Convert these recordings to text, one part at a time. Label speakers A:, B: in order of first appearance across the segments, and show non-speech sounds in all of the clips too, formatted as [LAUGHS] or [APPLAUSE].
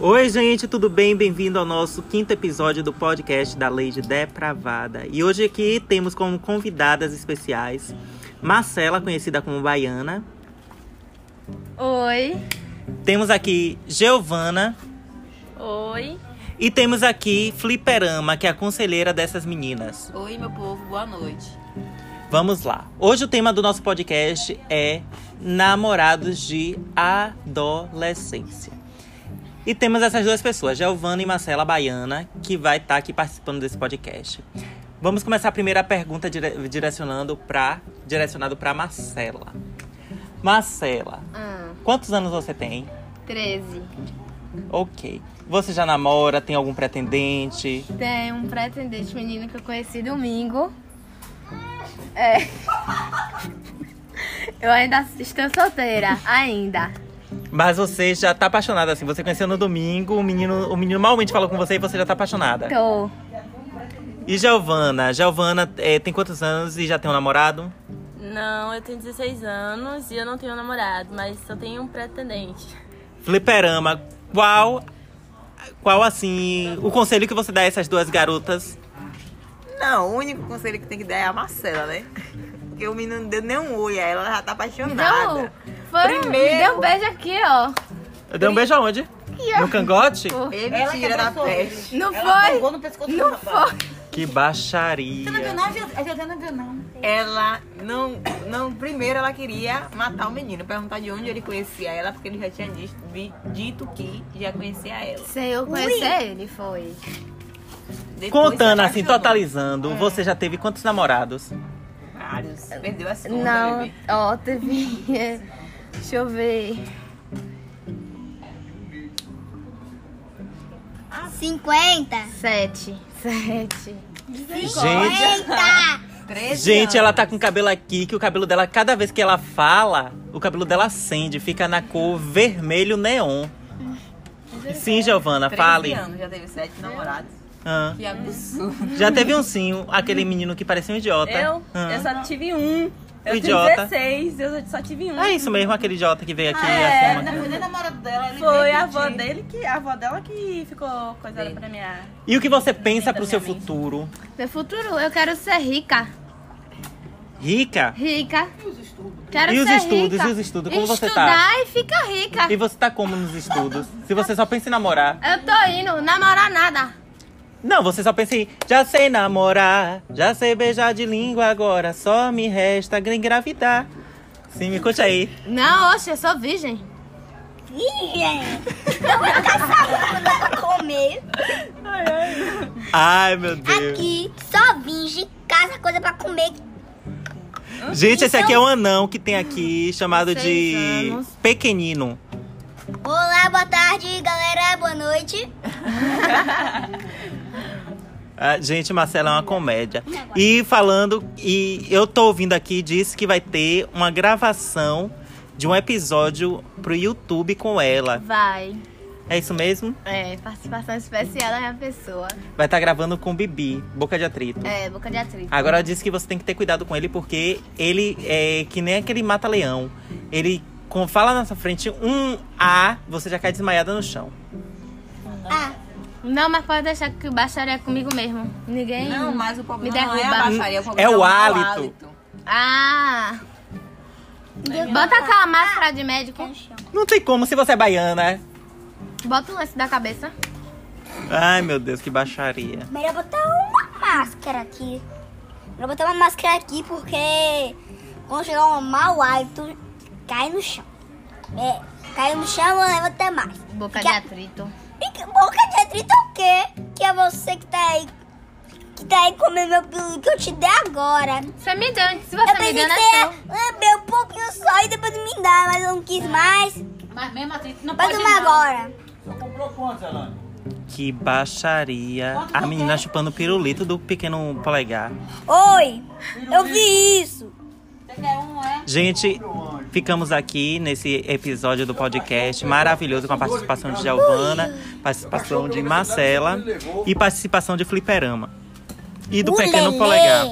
A: Oi, gente, tudo bem? Bem-vindo ao nosso quinto episódio do podcast da Lady Depravada. E hoje aqui temos como convidadas especiais Marcela, conhecida como Baiana.
B: Oi.
A: Temos aqui Giovana
B: Oi.
A: e temos aqui Fliperama, que é a conselheira dessas meninas.
C: Oi, meu povo, boa noite.
A: Vamos lá. Hoje o tema do nosso podcast é namorados de adolescência. E temos essas duas pessoas, Giovana e Marcela Baiana, que vai estar aqui participando desse podcast. Vamos começar a primeira pergunta dire- direcionando para direcionado para Marcela. Marcela,
B: Ah,
A: quantos anos você tem?
B: 13.
A: OK. Você já namora, tem algum pretendente?
B: Tem um pretendente menino que eu conheci domingo. É. [LAUGHS] Eu ainda estou solteira, ainda.
A: Mas você já tá apaixonada assim, você conheceu no domingo, o menino, o menino malmente falou com você e você já tá apaixonada.
B: Tô.
A: E Giovana? Giovana eh, tem quantos anos e já tem um namorado?
C: Não, eu tenho 16 anos e eu não tenho namorado, mas só tenho um pretendente.
A: Fliperama, qual. Qual, assim, o conselho que você dá a essas duas garotas?
D: Não, o único conselho que tem que dar é a Marcela, né? [LAUGHS] Porque o menino não deu nem um oi a ela, ela já tá
B: Me
D: apaixonada.
B: deu, foi,
D: Primeiro-
B: me deu um beijo aqui, ó.
A: Eu dei um beijo aonde? No cangote?
D: Ele tira na peste.
B: Não foi?
E: no pescoço
B: Não foi.
A: Que baixaria.
E: a Jordana viu não.
D: Ela não, não. Primeiro ela queria matar o menino, perguntar de onde ele conhecia ela, porque ele já tinha dis- vi- dito, que já conhecia ela.
B: Sem eu conhecer ele, foi.
D: Depois
A: Contando,
D: se
A: assim,
D: apaixonou. É.
A: totalizando, você já teve quantos namorados?
D: Vários. Perdeu né, as contas,
B: Não,
D: bebê.
B: ó, teve. [LAUGHS] Deixa eu ver.
E: 50?
B: Sete. Sete.
D: É
A: Gente,
D: Treze
A: gente, ela tá com o cabelo aqui, que o cabelo dela, cada vez que ela fala, o cabelo dela acende, fica na cor vermelho neon.
D: Hum.
A: Sim, Giovana,
D: Treze
A: fale.
D: anos, já teve sete namorados.
A: Ah.
D: Que [LAUGHS] absurdo.
A: Já teve um sim, aquele menino que parecia um idiota.
C: Eu?
A: Ah.
C: Eu só tive um. Eu
A: Idiota.
C: tenho 16, eu só tive um.
A: É isso mesmo, aquele idiota que veio aqui.
C: É,
A: assim, uma-
E: nem namorado dela. ele
C: Foi
E: nem
C: a avó
E: pediu.
C: dele que. A avó dela que ficou coisada pra minha.
A: E o que você pensa pro seu futuro?
B: Meu futuro, eu quero ser rica.
A: Rica?
B: Rica. Quero
A: E os
B: ser
A: estudos,
B: rica.
A: e os estudos? Como você tá?
B: Estudar e fica rica.
A: E você tá como nos estudos? Se você só pensa em namorar.
B: Eu tô indo, namorar nada.
A: Não, você só pensa em. Já sei namorar, já sei beijar de língua agora, só me resta engravidar. Sim, me conte aí.
B: Não, oxe, eu sou virgem.
E: Ih, é. Eu vou ficar falando pra comer.
A: Ai, meu Deus.
E: Aqui, só vinge, casa, coisa pra comer.
A: Gente, esse aqui é um anão que tem aqui, chamado
B: Então- Seis
A: de.
B: anos.
A: Pequenino.
E: Olá, boa tarde, galera, boa noite.
A: Ah, gente, Marcela é uma comédia. E falando, e eu tô ouvindo aqui, disse que vai ter uma gravação de um episódio pro YouTube com ela.
B: Vai.
A: É isso mesmo?
B: É, participação especial da minha pessoa.
A: Vai estar gravando com o Bibi, Boca de Atrito.
B: É, boca de atriz.
A: Agora ela disse que você tem que ter cuidado com ele, porque ele é que nem aquele mata-leão. Ele com, fala na sua frente um A, você já cai desmaiada no chão.
E: Ah,
B: Não, mas pode deixar que o baixaria é comigo mesmo. Ninguém.
D: Não, mas o problema
B: Me
D: não é a
B: derruba.
D: baixaria, o
A: É
D: problema
A: o
D: hálito.
A: hálito.
B: Ah. Bota aquela máscara de médico.
E: Ah,
A: Não tem como, se você é baiana.
B: Bota o lance da cabeça.
A: Ai, meu Deus, que baixaria.
E: melhor botar uma máscara aqui. Melhor botar uma máscara aqui porque quando chegar um mau hálito, cai no chão. É, cai no chão, não levanta mais.
B: Boca de
E: Que-
B: atrito.
E: E que boca de atrito é o quê? Que é você que tá aí. Que tá aí comendo meu peludo que eu te dei agora.
B: Você me deu, se
E: Eu
B: você me
E: pensei que
B: deu, né,
E: você ia
B: nasceu.
E: lamber um pouquinho só e depois me dar, mas eu não quis mais.
F: Mas mesmo assim, não
E: Vai
F: pode
E: tomar
F: não.
E: agora.
A: Que baixaria. A menina chupando o pirulito do pequeno polegar.
E: Oi, eu vi isso.
A: Gente, ficamos aqui nesse episódio do podcast maravilhoso com a participação de Giovana, participação de Marcela e participação de Fliperama. E do
E: O
A: pequeno
E: lelê,
A: polegar.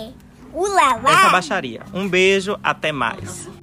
E: O
A: Essa
E: lalá.
A: baixaria. Um beijo, até mais.